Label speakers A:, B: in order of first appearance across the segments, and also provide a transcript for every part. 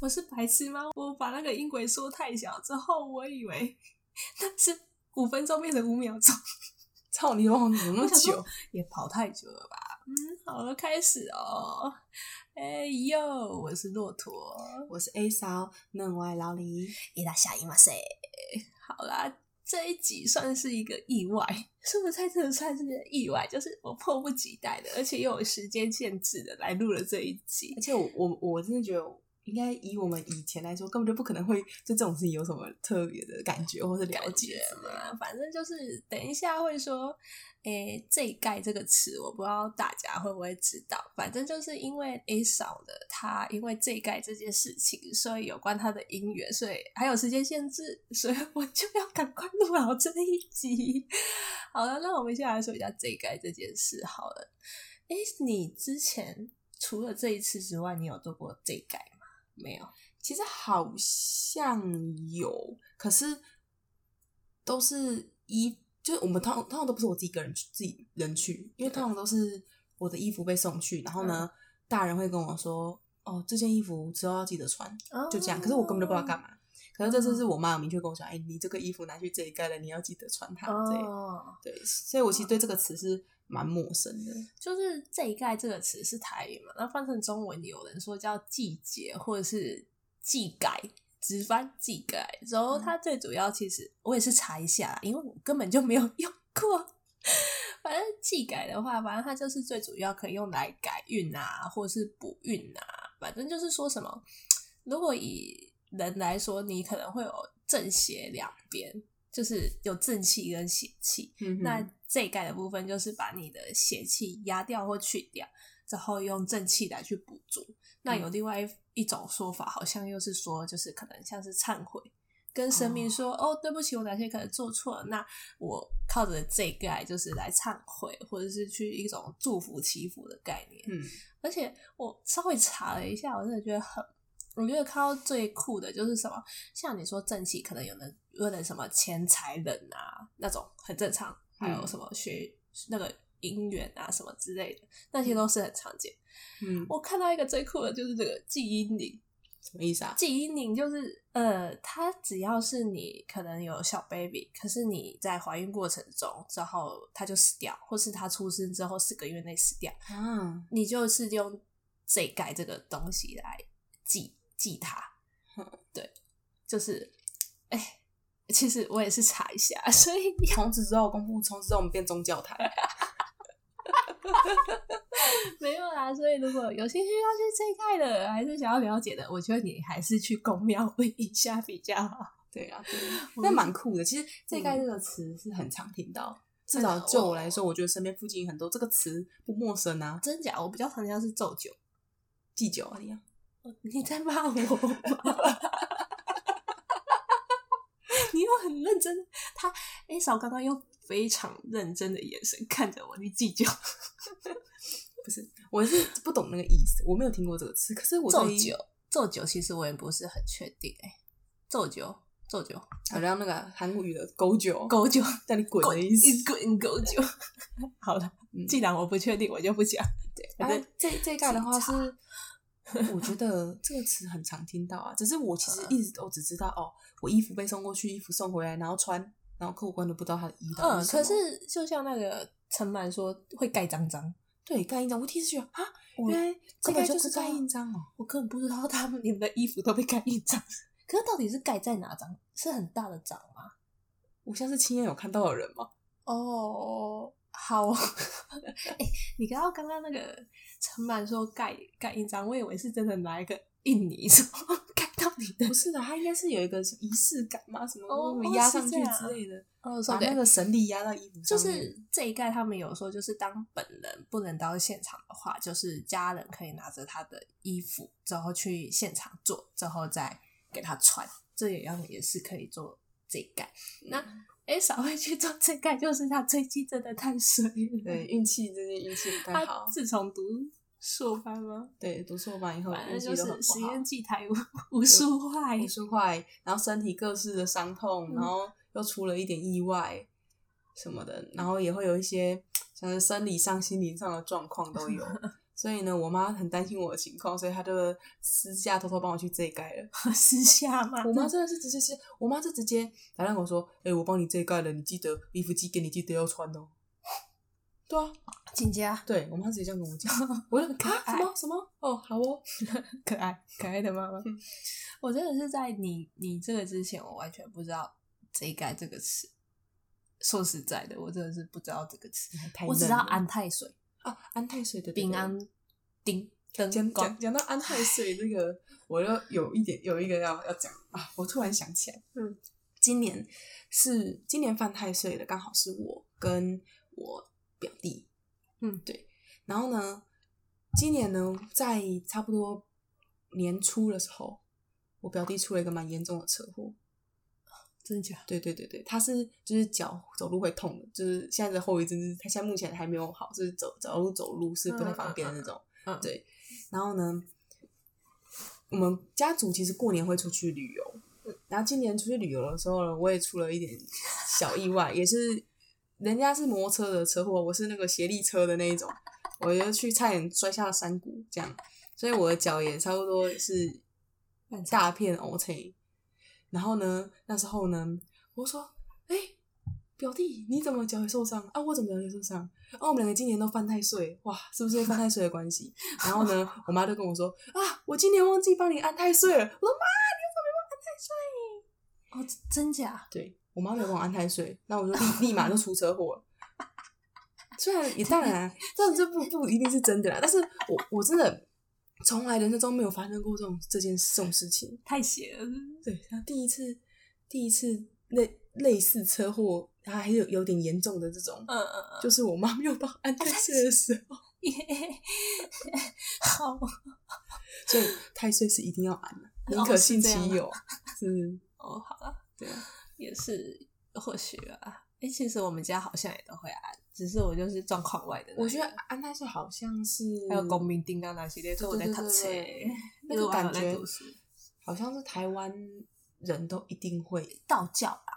A: 我是白痴吗？我把那个音轨缩太小之后，我以为那是五分钟变成五秒钟，
B: 操你妈，你怎么那么
A: 我想说
B: 久？
A: 也跑太久了吧？嗯，好了，开始哦。哎呦，我是骆驼，
B: 我是 A 嫂，嫩歪老李，
A: 伊拉下伊马塞。好啦，这一集算是一个意外，说不太真的算是个意外，就是我迫不及待的，而且又有时间限制的来录了这一集
B: 而。且我我我真的觉得。应该以我们以前来说，根本就不可能会对这种事情有什么特别的感觉或者了
A: 了
B: 解
A: 解。嘛，反正就是等一下会说，诶、这一概这个词，我不知道大家会不会知道。反正就是因为 A 嫂的她，因为这一概这件事情，所以有关她的姻缘，所以还有时间限制，所以我就要赶快录好这一集。好了，那我们先来说一下这一概这件事好了。诶、你之前除了这一次之外，你有做过这一概吗？没有。
B: 其实好像有，可是都是衣，就是我们通通常都不是我自己一个人去自己人去，因为通常都是我的衣服被送去，然后呢，大人会跟我说，哦，这件衣服之后要记得穿，就这样。可是我根本就不知道干嘛。可是这次是我妈有明确跟我讲，哎、你这个衣服拿去这一盖了，你要记得穿它。这样
A: 哦，
B: 对，所以我其实对这个词是蛮陌生的。
A: 就是“这一概”这个词是台语嘛，那翻成中文有人说叫季节或者是季改，直翻季改。然后它最主要其实我也是查一下啦，因为我根本就没有 用过。反正季改的话，反正它就是最主要可以用来改运啊，或是补运啊，反正就是说什么，如果以人来说，你可能会有正邪两边，就是有正气跟邪气。
B: 嗯哼
A: 那这一盖的部分就是把你的邪气压掉或去掉，之后用正气来去补足。那有另外一一种说法，好像又是说，就是可能像是忏悔，跟神明说：“哦对不起，我哪些可能做错了。”那我靠着这一盖就是来忏悔，或者是去一种祝福祈福的概念。
B: 嗯，
A: 而且我稍微查了一下，我真的觉得很，我觉得看到最酷的就是什么，像你说正气，可能有人有人什么钱财人啊那种很正常，还有什么学、那个姻缘啊什么之类的，那些都是很常见。
B: 嗯，
A: 我看到一个最酷的就是这个忌阴灵，
B: 什么意思啊？
A: 记忆拧就是呃，它只要是你可能有小 baby，可是你在怀孕过程中之后它就死掉，或是它出生之后四个月内死掉，
B: 啊，
A: 你就是用这盖这个东西来记记它
B: 嗯。
A: 对，就是哎、其实我也是查一下，所以
B: 从此之后功夫，从此之后我们变宗教 台。
A: 没有啦。所以如果有兴趣要去这盖的，还是想要了解的，我觉得你还是去公庙问一下比较好。
B: 对啊，对，那蛮酷的。其实“这一概”这个词是很常听到，至少就我来说，我觉得身边附近很多这个词不陌生啊。
A: 真假？我比较常见的是咒酒。哦
B: 祭酒啊，你啊，
A: 你在骂我吗？ 你又很认真，他 A 嫂刚刚用非常认真的眼神看着我，你计较
B: 我 是不懂那个意思，我没有听过这个词。可是我
A: 咒
B: 对于
A: 酒，咒酒其实我也不是很确定哎、咒酒，咒酒，
B: 好像那个韩国语的“狗酒”，
A: 狗酒，
B: 叫你滚的意思。
A: 滚狗酒。 好了，
B: 嗯
A: 既然我不确定，我就不讲。对，
B: 然
A: 反
B: 后
A: 正
B: 哦这这一概的话
A: 警察
B: 是，我觉得这个词很常听到啊。只是我其实
A: 嗯
B: 一直都只知道哦，我衣服被送过去，衣服送回来，然后穿，然后客户官都不知道他的衣到底
A: 嗯，
B: 什么
A: 可是就像那个陈满说会盖章章，
B: 对盖印章，我第一次觉得啊，
A: 我
B: 原来这
A: 根本
B: 个
A: 就
B: 就
A: 不
B: 是
A: 知道
B: 盖印章哦。
A: 我根本不知道他们你们的衣服都被盖印章，可是到底是盖在哪章？是很大的章吗？
B: 我像是亲眼有看到的人吗？
A: 哦，好， 哎、你刚刚刚刚那个陈满说盖盖印章，我以为是真的拿一个印泥 说盖到你的
B: 不是的，他应该是有一个仪式感嘛，什么
A: 哦
B: 什么
A: 哦
B: 压
A: 是
B: 上
A: 这
B: 去
A: 样
B: 之类的，
A: 哦，
B: 把那个神力压到衣服
A: 就
B: 上面。
A: 是这一盖，他们有说，就是当本人不能到现场的话，就是家人可以拿着他的衣服，之后去现场做，之后再给他穿，这也样也是可以做这一盖。那 A 嫂会去做这一盖，就是她最近真的太衰了。
B: 对，运气最近运气不太好
A: 她，自从读硕班吗？
B: 对，读硕班以后
A: 反
B: 运
A: 正
B: 气
A: 就
B: 哦都
A: 是
B: 很
A: 实
B: 不好
A: 验，祭台无无数坏
B: 读。书坏，然后身体各式的伤痛，
A: 嗯
B: 然后又出了一点意外 什么的，然后也会有一些像是生理上、心理上的状况都有，所以呢，我妈很担心我的情况，所以她就私下偷偷帮我去这一盖了。
A: 私下吗？
B: 我妈真的是直接是，我妈是直接打电话跟我说：“哎、我帮你这一盖了，你记得衣服寄给你，记得要穿哦。”对啊，
A: 请假，
B: 对我妈直接这样跟我讲， 我就
A: 可
B: 啊
A: 爱
B: 什么什么哦，好哦，
A: 可爱可爱的妈妈。
B: 嗯
A: 我真的是在你你这个之前，我完全不知道“这一盖”这个词。说实在的，我真的是不知道这个词，
B: 太
A: 我只知
B: 嫩
A: 道
B: 了
A: 安泰水、
B: 啊安太岁的
A: 平。安丁灯
B: 讲
A: 光
B: 讲。讲到安太岁这个，我又有一点有一个要要讲啊，我突然想起来，
A: 嗯，
B: 今年是今年犯太岁的，刚好是我跟我表弟，
A: 嗯
B: 对，然后呢，今年呢，在差不多年初的时候，我表弟出了一个蛮严重的车祸，
A: 真的假的？
B: 对对对对，他是就是脚走路会痛的，就是现在的后遗症，就是他现在目前还没有好，就是走走路走路是不太方便的那种。
A: 嗯
B: 对。然后呢，我们家族其实过年会出去旅游，然后今年出去旅游的时候呢，我也出了一点小意外，也是人家是摩托车的车祸，我是那个斜力车的那一种，我就去差点摔下山谷这样，所以我的脚也差不多是大片 OK。然后呢，那时候呢，我说：“哎、表弟，你怎么脚也受伤啊？我怎么脚也受伤？哦，我们两个今年都犯太岁，哇，是不是因为犯太岁的关系？然后呢，我妈就跟我说：啊，我今年忘记帮你安太岁了。我说妈，
A: 哦，真假？
B: 对我妈没有帮我安太岁，那我就立立马就出车祸了。虽然也当然啊，当然这不不一定是真的啦，但是我我真的从来人生中没有发生过这种这件这种事情。
A: 太邪了！嗯
B: 对他第一次，第一次类类似车祸，他还有有点严重的这种，
A: 嗯嗯嗯，
B: 就是我妈没 有帮安太岁的时候，
A: 耶，好
B: 所以太岁是一定要安的， 宁
A: 哦
B: 可
A: 是
B: 信
A: 这样
B: 其
A: 啊
B: 有， 是，
A: 哦，好了，
B: 对啊，
A: 也是或许啊。哎、其实我们家好像也都会安，只是我就是状况外的那一个。
B: 我觉得安太岁好像是
A: 还有公民叮当那系列，所以我在
B: 对对
A: 读
B: 对
A: 册
B: 对对，那
A: 因为
B: 个
A: 我还有
B: 感觉
A: 在读书
B: 好像是台湾人都一定会
A: 道教啊，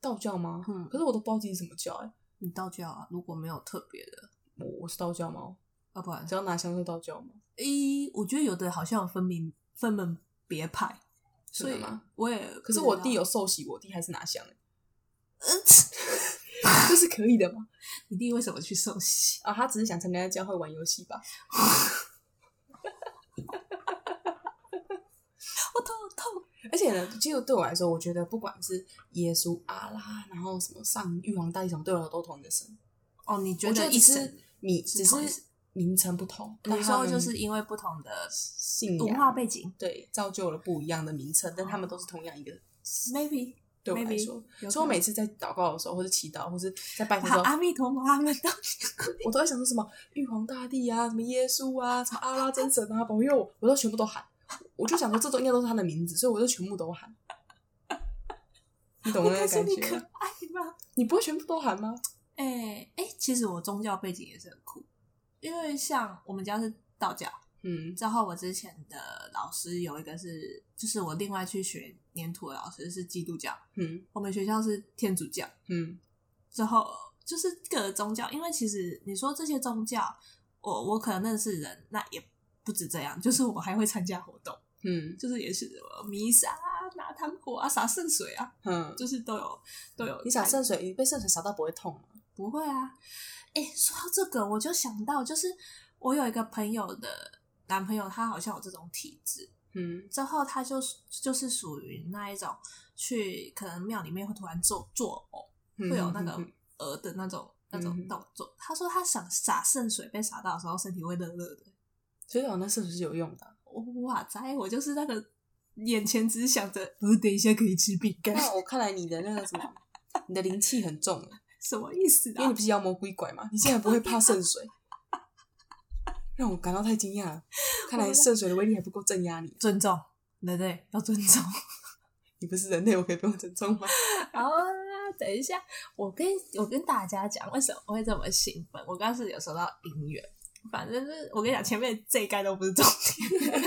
B: 道教吗？
A: 嗯
B: 可是我都不知道自己什么教哎、
A: 你道教啊，如果没有特别的，
B: 我我是道教吗？
A: 要不然
B: 只，要拿香是道教吗？
A: 诶，我觉得有的好像有分明分门别派，所
B: 所以
A: 以
B: 吗？
A: 我也
B: 可是
A: 不知
B: 我弟
A: 道，
B: 有受洗，我弟还是拿香、欸，
A: 呃
B: 这是可以的吗？
A: 你弟为什么去受洗？
B: 啊，他只是想参加教会玩游戏吧？
A: 我头好痛。
B: 而且呢，其实对我来说，我觉得不管是耶稣、阿拉，然后什么上玉皇大帝什么，对我来说都同一个神。
A: 哦，你觉
B: 我觉
A: 得
B: 得只
A: 一
B: 是
A: 生，
B: 你
A: 是
B: 只
A: 同一
B: 是名称不同，但
A: 你
B: 他
A: 说
B: 们
A: 就是因为不同的
B: 信仰
A: 文化背景
B: 对造就了不一样的名称，但他们都是同样一个。
A: ，maybe
B: 对我来
A: Maybe，
B: 说
A: 有
B: 所以我
A: 可能
B: 每次在祷告的时候，或者祈祷，或是在拜的时
A: 啊
B: 候，
A: 阿弥陀佛，阿弥陀佛，
B: 我都在想说什么玉皇大帝啊，什么耶稣啊，什么阿拉真神啊，保佑我，我都全部都喊。我就想说，这都应该都是他的名字，所以我就全部都喊。 你懂
A: 我
B: 那个
A: 告诉
B: 感
A: 你
B: 觉
A: 可
B: 吗？
A: 爱吗？
B: 你不会全部都喊吗？
A: 哎、哎、其实我宗教背景也是很酷，因为像我们家是道教，
B: 嗯，
A: 之后我之前的老师有一个是，就是我另外去学粘土的老师是基督教，
B: 嗯
A: 我们学校是天主教，
B: 嗯
A: 之后就是各个宗教，因为其实你说这些宗教，我我可能认识人，那也不止这样，就是我还会参加活动，
B: 嗯
A: 就是也是什么弥撒啊、拿糖果啊、洒圣水啊，
B: 嗯，
A: 就是都有都有参。
B: 你洒圣水，你被圣水洒到不会痛吗？
A: 不会啊。哎、说到这个，我就想到，就是我有一个朋友的男朋友，他好像有这种体质，
B: 嗯
A: 之后他就就是属于那一种去可能庙里面会突然做做呕，
B: 嗯
A: 会有那
B: 嗯
A: 个
B: 嗯
A: 鹅的那种。那
B: 嗯
A: 种
B: 哼
A: 动作，他说他想洒圣水，被洒到的时候身体会热热的。
B: 所以讲那圣水是有用的啊。
A: 我哇塞，我就是那个眼前只想着，我等一下可以吃饼 干，
B: 那我看来你的那个什么， 你的灵气很重，欸
A: 什么意思
B: 因为
A: 啊
B: 你？不是妖魔鬼怪嘛，你竟然不会怕圣水，让我感到太惊讶了。看来圣水的威力还不够镇压你，
A: 尊重，对不对？要尊重。
B: 你不是人类，我可以不用尊重吗？
A: 好啊，等一下，我跟我跟大家讲，为什么我会这么兴奋？我刚刚是有说到音乐，反正就是我跟你讲，前面这一概都不是重点，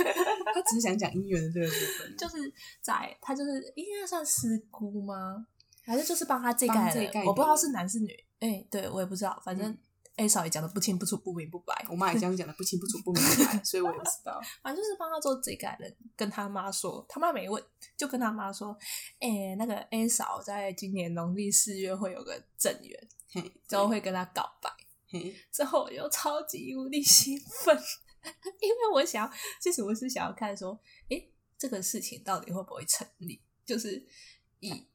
B: 他只是想讲姻缘的这个部分，
A: 就是在他就是应该算师姑吗？还是就是帮他这一
B: 帮
A: 盖
B: 这一
A: 的
B: 概
A: 人？我不知道
B: 的
A: 是男是女，哎、对我也不知道，反正
B: 嗯
A: A 嫂也讲的不清不楚、不明不白。
B: 我妈也这样讲的不清不楚不明白，所以我也不知道。
A: 反正就是帮他做这改的，跟他妈说，他妈没问，就跟他妈说，哎、那个 A 嫂在今年农历四月会有个正缘，
B: 嘿，
A: 之后会跟他告白。
B: 嘿，
A: 之后我就超级无敌兴奋， 因为我想要，其实我是想要看说，诶，这个事情到底会不会成立？就是以，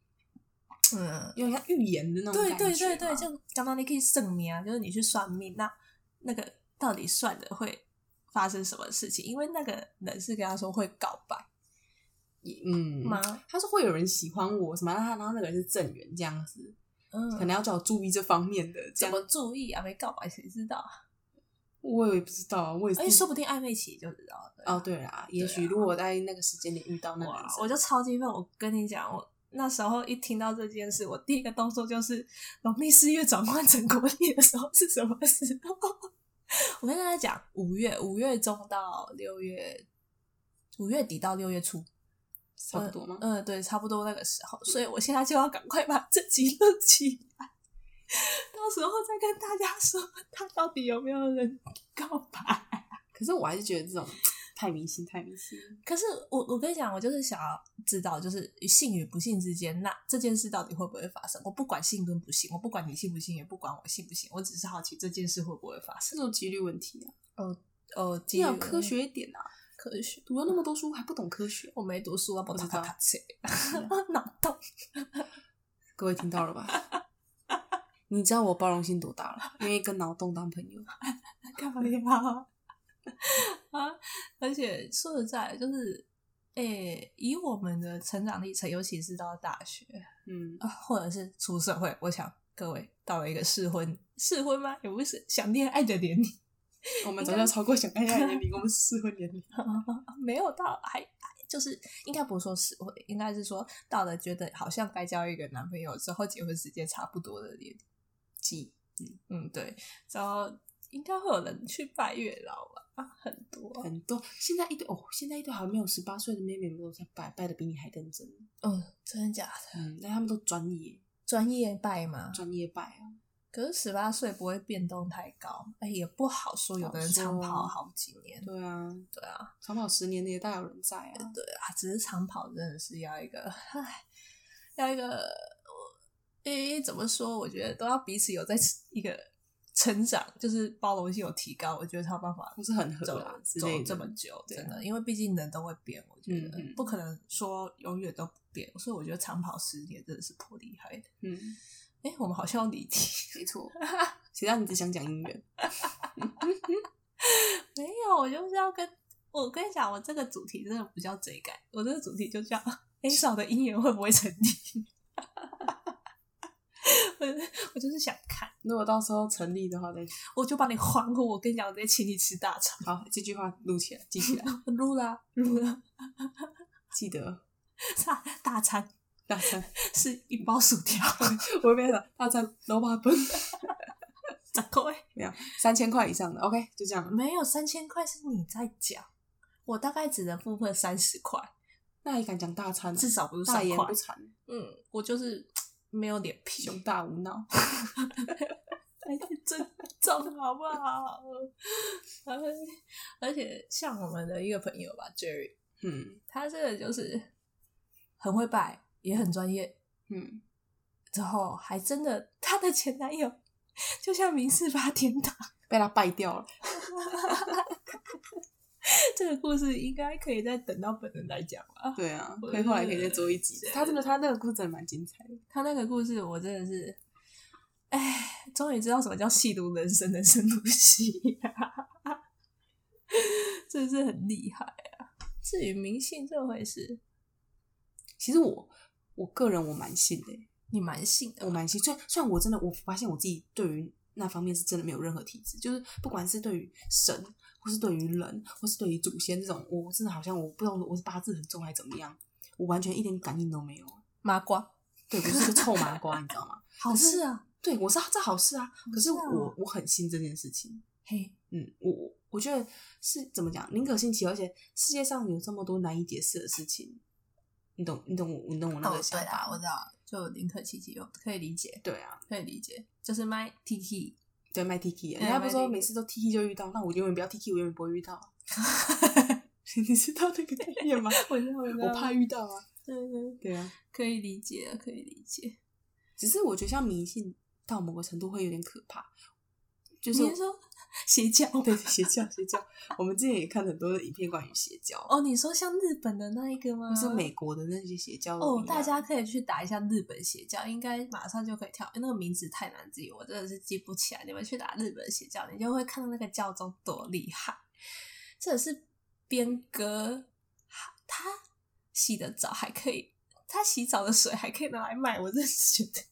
A: 嗯，
B: 有点像预言的那种
A: 对
B: 感觉
A: 对
B: 嘛。
A: 对对，就刚刚你可以证明啊，就是你去算命，那那个到底算的会发生什么事情？因为那个人是跟他说会告白
B: 嗯，
A: 吗？
B: 他说会有人喜欢我什么，然后他然后那个人是正缘这样子，
A: 嗯，
B: 可能要叫我注意这方面的。这
A: 怎
B: 样
A: 么注意啊？没告白谁知道啊？
B: 我也不知道，我也
A: 而
B: 是
A: 且哎说不定暧昧期就知道了。
B: 哦，对啦，也许如果我在那个时间点遇到那个
A: 哇
B: 男！生，
A: 我就超级愤，我跟你讲，我那时候一听到这件事，我第一个动作就是农历四月转换成国历的时候是什么时候？ 我跟大家讲，五月五月中到六月，五月底到六月初，
B: 差不多吗？嗯
A: 嗯，对，差不多那个时候，所以我现在就要赶快把这集录起来， 到时候再跟大家说他到底有没有人告白。
B: 可是我还是觉得这种太迷信，太迷信了。
A: 可是我我跟你讲，我就是想要知道，就是信与不信之间，那这件事到底会不会发生？我不管信跟不信，我不管你信不信，也不管我信不信，我只是好奇这件事会不会发生。
B: 这种几率问题啊，
A: 呃，
B: 你要有科学一点啊！
A: 科学，
B: 读了那么多书还不懂科学，
A: 我没读书啊，不
B: 知
A: 知
B: 道
A: 道卡切，脑洞。
B: 各位听到了吧？ 你知道我包容性多大了？因为跟脑洞当朋友，
A: 干嘛呀？啊！而且说实在的，就是，诶、以我们的成长历程，尤其是到大学
B: 嗯，
A: 啊，或者是出社会，我想各位到了一个适婚，适婚吗？也不是想恋爱的年龄，
B: 我们早就超过 想爱爱的年龄，我们适婚年龄。
A: 没有到还还就是应该不是说适婚，应该是说到了觉得好像该交一个男朋友之后，结婚时间差不多的年纪，嗯嗯对，然后应该会有人去拜月老吧，啊很多，
B: 很多现在一堆哦，现在一堆还没有十八岁的妹妹们都在拜，拜的比你还认 真。
A: 嗯，真的假的？
B: 嗯，但他们都专业，
A: 专业拜嘛，
B: 专业拜啊。
A: 可是十八岁不会变动太高，哎、也不好说。有的人
B: 好说
A: 长跑好几年，
B: 对啊，
A: 对啊，
B: 长跑十年的也大有人在啊。
A: 对啊，只是长跑真的是要一个，唉，要一个，诶、怎么说？我觉得都要彼此有在一个成长，就是包容性有提高，我觉得才有办法
B: 不是很合
A: 走
B: 啦之
A: 走
B: 类的
A: 这么久，
B: 对啊
A: 真的，因为毕竟人都会变，我觉得、
B: 嗯嗯
A: 不可能说永远都不变，所以我觉得长跑十年真的是颇厉害的。
B: 嗯，
A: 哎、我们好像要离题。
B: 没 错。谁让你只想讲音乐？
A: 没有，我就是要跟我跟你讲，我这个主题真的不叫追改，我这个主题就叫 A 少的姻缘会不会成立？ 我我就是想看，
B: 如果到时候成立的话，再
A: 我就把你还给我。我跟你讲，我直接请你吃大餐。
B: 好这句话录起来，记起来，
A: 录啦录啦，
B: 记得。
A: 大大餐
B: 大餐，
A: 是一包薯条，
B: 我变成大餐罗巴本，
A: 咋会？
B: 没有三千块以上的，OK，就这样了。
A: 没有三千块是你在讲，我大概只能付费三十块，
B: 那也敢讲大餐，
A: 至少不是
B: 大
A: 三
B: 言
A: 块
B: 不。惭，
A: 嗯，我就是没有脸皮，
B: 胸大无脑。
A: 还是尊重好不好？ 而而且像我们的一个朋友吧，Jerry，
B: 嗯
A: 他这个就是很会摆，也很专业，
B: 嗯，
A: 之后还真的他的前男友就像民事法典打。
B: 被他败掉了。
A: 这个故事应该可以再等到本人来讲吧。
B: 对啊，
A: 我
B: 可以后来可以再做一集。他真的，他那个故事真的蛮精彩的。
A: 他那个故事我真的是，哎，终于知道什么叫戏如人生，人生如戏、啊 真是很厉害啊！至于迷信这回事，
B: 其实我我个人我蛮信的、
A: 你蛮信的
B: 我
A: 嘛，
B: 蛮信。虽然虽然我真的我发现我自己对于那方面是真的没有任何体质，就是不管是对于神，或是对于人，或是对于祖先这种，我真的好像我不知道我是八字很重还是怎么样，我完全一点感应都没有。
A: 麻瓜，
B: 对，我就是个臭麻瓜，你知道吗？
A: 好事啊！
B: 对，我是这好事啊，可是
A: 好事啊
B: 我我很信这件事情。
A: 嘿，
B: 嗯，我我我觉得是怎么讲，宁可信其有，而且世界上有这么多难以解释的事情，你懂你懂我你懂我
A: 哦
B: 那个想
A: 啊
B: 法吗？
A: 知道，就宁可七七有可以理解，
B: 对啊，
A: 可以理解，就是 my T T，
B: 对卖 Tiki，
A: 嗯
B: 的人家不是说
A: 卖 Tiki
B: 每次都 Tiki 就遇到，那我永远不要 Tiki，我永远不会 遇到。你知道那个概念吗？
A: 我知道，我知
B: 我怕遇到啊。
A: 对对，
B: 对啊，
A: 可以理解了，可以理解。
B: 只是我觉得像迷信到某个程度会有点可怕，就
A: 就是是说邪教吗
B: 对邪教邪教，我们之前也看很多的影片关于邪教，
A: 哦，你说像日本的那一个吗？
B: 或是美国的那些邪教
A: 嗯哦，
B: 一样
A: 大家可以去打一下日本邪教，应该马上就可以跳。那个名字太难记，我真的是记不起来。你们去打日本邪教，你就会看到那个教宗多厉害。这是边哥，他洗的澡还可以，他洗澡的水还可以拿来卖，我真的是觉得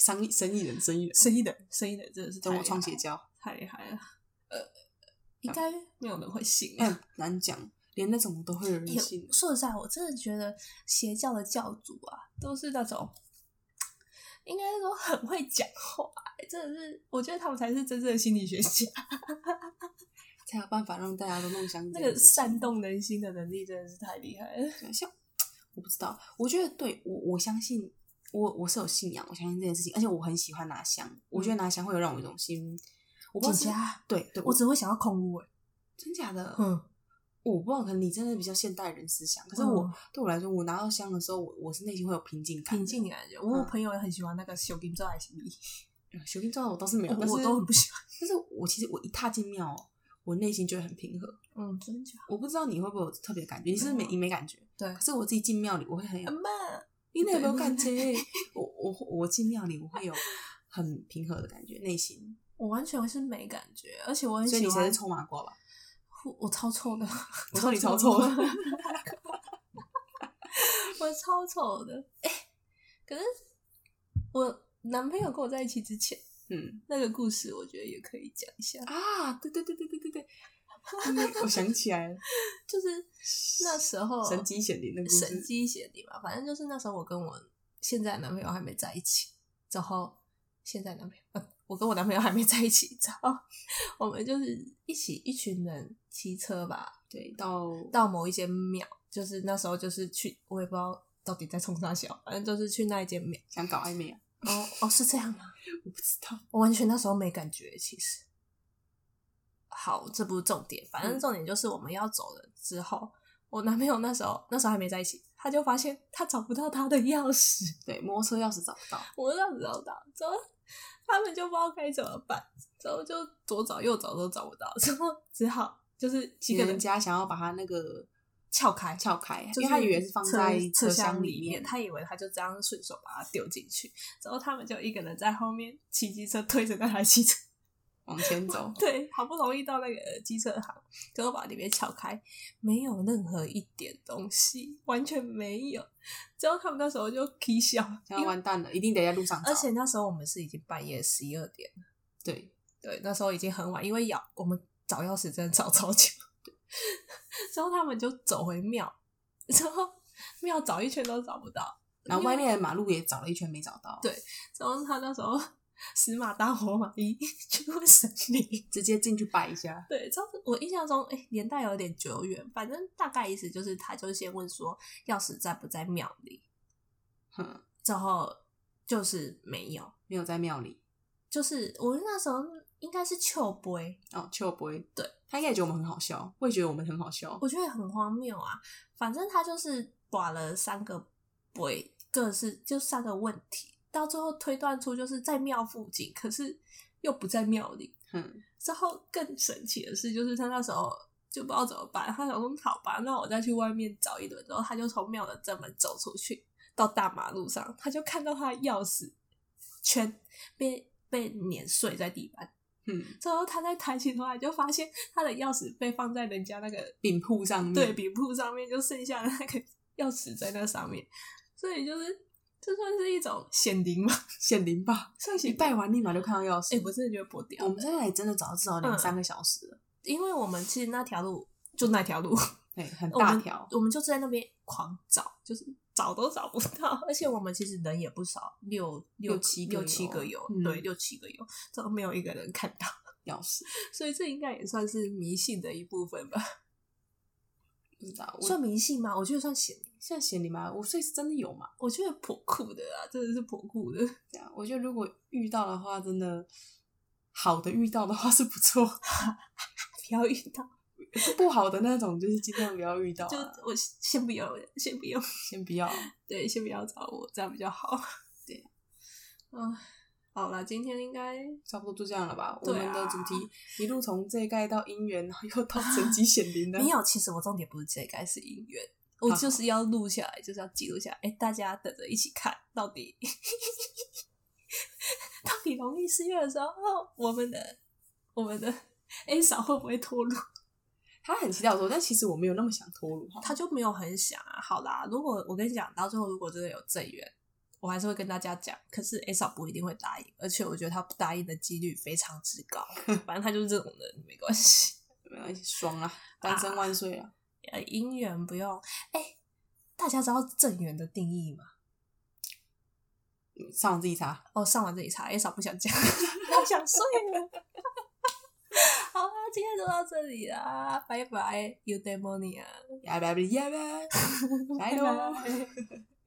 B: 生意生意人生意人，
A: 生意人，生意人真的啊是
B: 中
A: 太
B: 国
A: 厉
B: 创嗯
A: 害
B: 邪教，
A: 太厉害了。呃，应该没有人会信、啊。
B: 很难讲，连那种都会有人
A: 有
B: 信。
A: 说实在，我真的觉得邪教的教主啊，都是那种，应该是说很会讲话、真的是，我觉得他们才是真正的心理学家。
B: 才有办法让大家都梦想
A: 那个煽动人心的能力真的是太厉害了。
B: 像我不知道，我觉得对我我相信我我是有信仰，我相信这件事情，而且我很喜欢拿香，我觉得拿香会有让我一种心，我不知
A: 紧
B: 道是
A: 张
B: 对对，
A: 嗯我只会想要空屋、欸，
B: 真假的，
A: 嗯，
B: 我不知道，可能你真的比较现代人思想，可是我、对我来说，我拿到香的时候，我我是内心会有平静感
A: 嗯
B: 的，
A: 平静的感觉。我有朋友也很喜欢那个修金做爱心 理，
B: 嗯。修行状态我倒是没有，
A: 我
B: 但是
A: 哦我都很不 喜欢。
B: 但是我其实我一踏进庙哦，我内心就会很平和。
A: 嗯，真假？
B: 我不知道你会不会有特别感觉，你是不是没
A: 嗯
B: 你没感觉，
A: 对
B: 可，是我自己进庙里，我会很有
A: 阿妈，
B: 你那有没有感觉？ 我我我进庙里，我会有很平和的感觉，内心。
A: 我完全是没感觉，而且我很
B: 所以
A: 喜
B: 你才
A: 欢
B: 是。臭麻瓜吧？
A: 我我超臭的，
B: 我说你超臭的
A: 我超丑的。哎、可是我男朋友跟我在一起之前，
B: 嗯
A: 那个故事我觉得也可以讲一下。
B: 啊，对对对对对对对，嗯我想起来了，
A: 就是那时候
B: 神机显灵的故事
A: 哦神机显灵嘛，反正就是那时候我跟我现在的男朋友还没在一起，之后现在男朋友、呃我跟我男朋友还没在一起，之后我们就是一起一群人骑车吧，
B: 对，到
A: 到某一间庙，就是那时候就是去，我也不知道到底在冲啥小，反正就是去那一间庙。
B: 想搞暧 昧啊？
A: 哦哦，是这样吗？
B: 我不知道，
A: 我完全那时候没感觉，其实。好，这不是重点，反正
B: 嗯
A: 重点就是我们要走了之后，我男朋友那时候那时候还没在一起，他就发现他找不到他的钥匙，
B: 对，摩托车钥匙找不到，
A: 我让找到，之后他们就不知道该怎么办，之后就左找右找都找不到，之后只好就是几
B: 几
A: 个
B: 个
A: 人
B: 人家想要把他那个
A: 撬开，
B: 撬开，
A: 就
B: 因为他
A: 是
B: 以为是放
A: 车
B: 在
A: 车
B: 厢
A: 里
B: 面，
A: 他以为他就这样顺手把它丢进去，之后他们就一个人在后面骑机车推着那台汽车。。
B: 往前走
A: 对，好不容易到那个机车行，结果把里面撬开，没有任何一点东西，完全没有。之后他们那时候就啼笑，
B: 然后完蛋了，一定得在路上找。
A: 而且那时候我们是已经半夜十一二点了，
B: 对，
A: 对，那时候已经很晚，因为要我们找钥匙真的找超久。 之后他们就走回庙，之后庙找一圈都找不到，
B: 然后外面的马路也找了一圈没找到，
A: 对之后他那时候 死马当活马医去问神明。
B: 直接进去拜一下。
A: 对，这样子我印象中，哎、年代有点久远，反正大概意思就是，他就先问说钥匙在不在庙里，
B: 哼，
A: 之后就是没有，
B: 没有在庙里
A: 就是我那时候应该是秋杯，
B: 哦，秋不会。
A: 对，
B: 他应该也觉得我们很好笑，会觉得我们很好笑。
A: 我觉得很荒谬啊。反正他就是把了三个杯，各是就三个问题，到最后推断出就是在庙附近，可是又不在庙里，
B: 哼，
A: 之后更神奇的是，就是他那时候就不知道怎么办，他想说好吧，那我再去外面找一轮，然后他就从庙的正门走出去，到大马路上，他就看到他的钥匙圈被被碾碎在地板。
B: 嗯，
A: 之后他再抬起头来，就发现他的钥匙被放在人家那个
B: 饼铺上面，
A: 对，比铺上面，就剩下那个钥匙在那上面，所以就是这算是一种显灵嘛？
B: 显灵吧。
A: 算显
B: 你
A: 灵？
B: 拜完立马就看到钥匙。
A: 哎、嗯我真的觉得不掉
B: 我。们在那里真的找了至少两三个小时了，
A: 因为我们其实那条路就那条路，
B: 对，很
A: 我
B: 大
A: 们
B: 条。
A: 我们就在那边狂找，就是找都找不到， 而且我们其实人也不少，六
B: 六
A: 七
B: 七
A: 六
B: 个有
A: 个有，
B: 嗯
A: 对，六七个有，都没有一个人看到，
B: 钥匙
A: 所以这应该也算是迷信的一部分 吧？
B: 不知道，我
A: 算迷信吗？我觉得算显灵，
B: 现在显灵吗？我所以是真的有嘛？
A: 我觉得颇酷的啊，真的是颇酷的。
B: 这样，我觉得如果遇到的话，真的好的遇到的话是不错，
A: 不要遇到，
B: 不好的那种就是尽量不要遇 到、
A: 就
B: 啊，
A: 我先不要，先不用，
B: 先不要。啊
A: 对，先不要找我，这样比较好。 对，嗯，好啦，今天应该
B: 差不多就这样了吧。我
A: 对啊
B: 们的主题一路从这一盖到姻缘，然后又 到神机显灵的
A: 没。有，其实我重点不是这个，是音乐。我
B: 好
A: 就是要录下来，就是要记录下来。哎，大家等着一起看， 到底到底农历四月的时候，哦我们的我们的 A 嫂会不会脱乳？
B: 他很期待我说，但其实我没有那么想脱乳哈。
A: 他就没有很想啊。好啦，如果我跟你讲，到最后如果真的有正缘，我还是会跟大家讲。可是 A 嫂不一定会答应，而且我觉得他不答应的几率非常之 高。反正他就是这种人，没关 系。
B: 没关系，爽啊，单身万岁啊！
A: 呃，姻缘不用。哎、大家知道正缘的定义吗？
B: 上网自己查。
A: 哦，上完这里查，也少不想讲，我想睡了。好啦，今天就到这里啦，拜拜，You Demonia，
B: 呀吧呀吧，拜拜。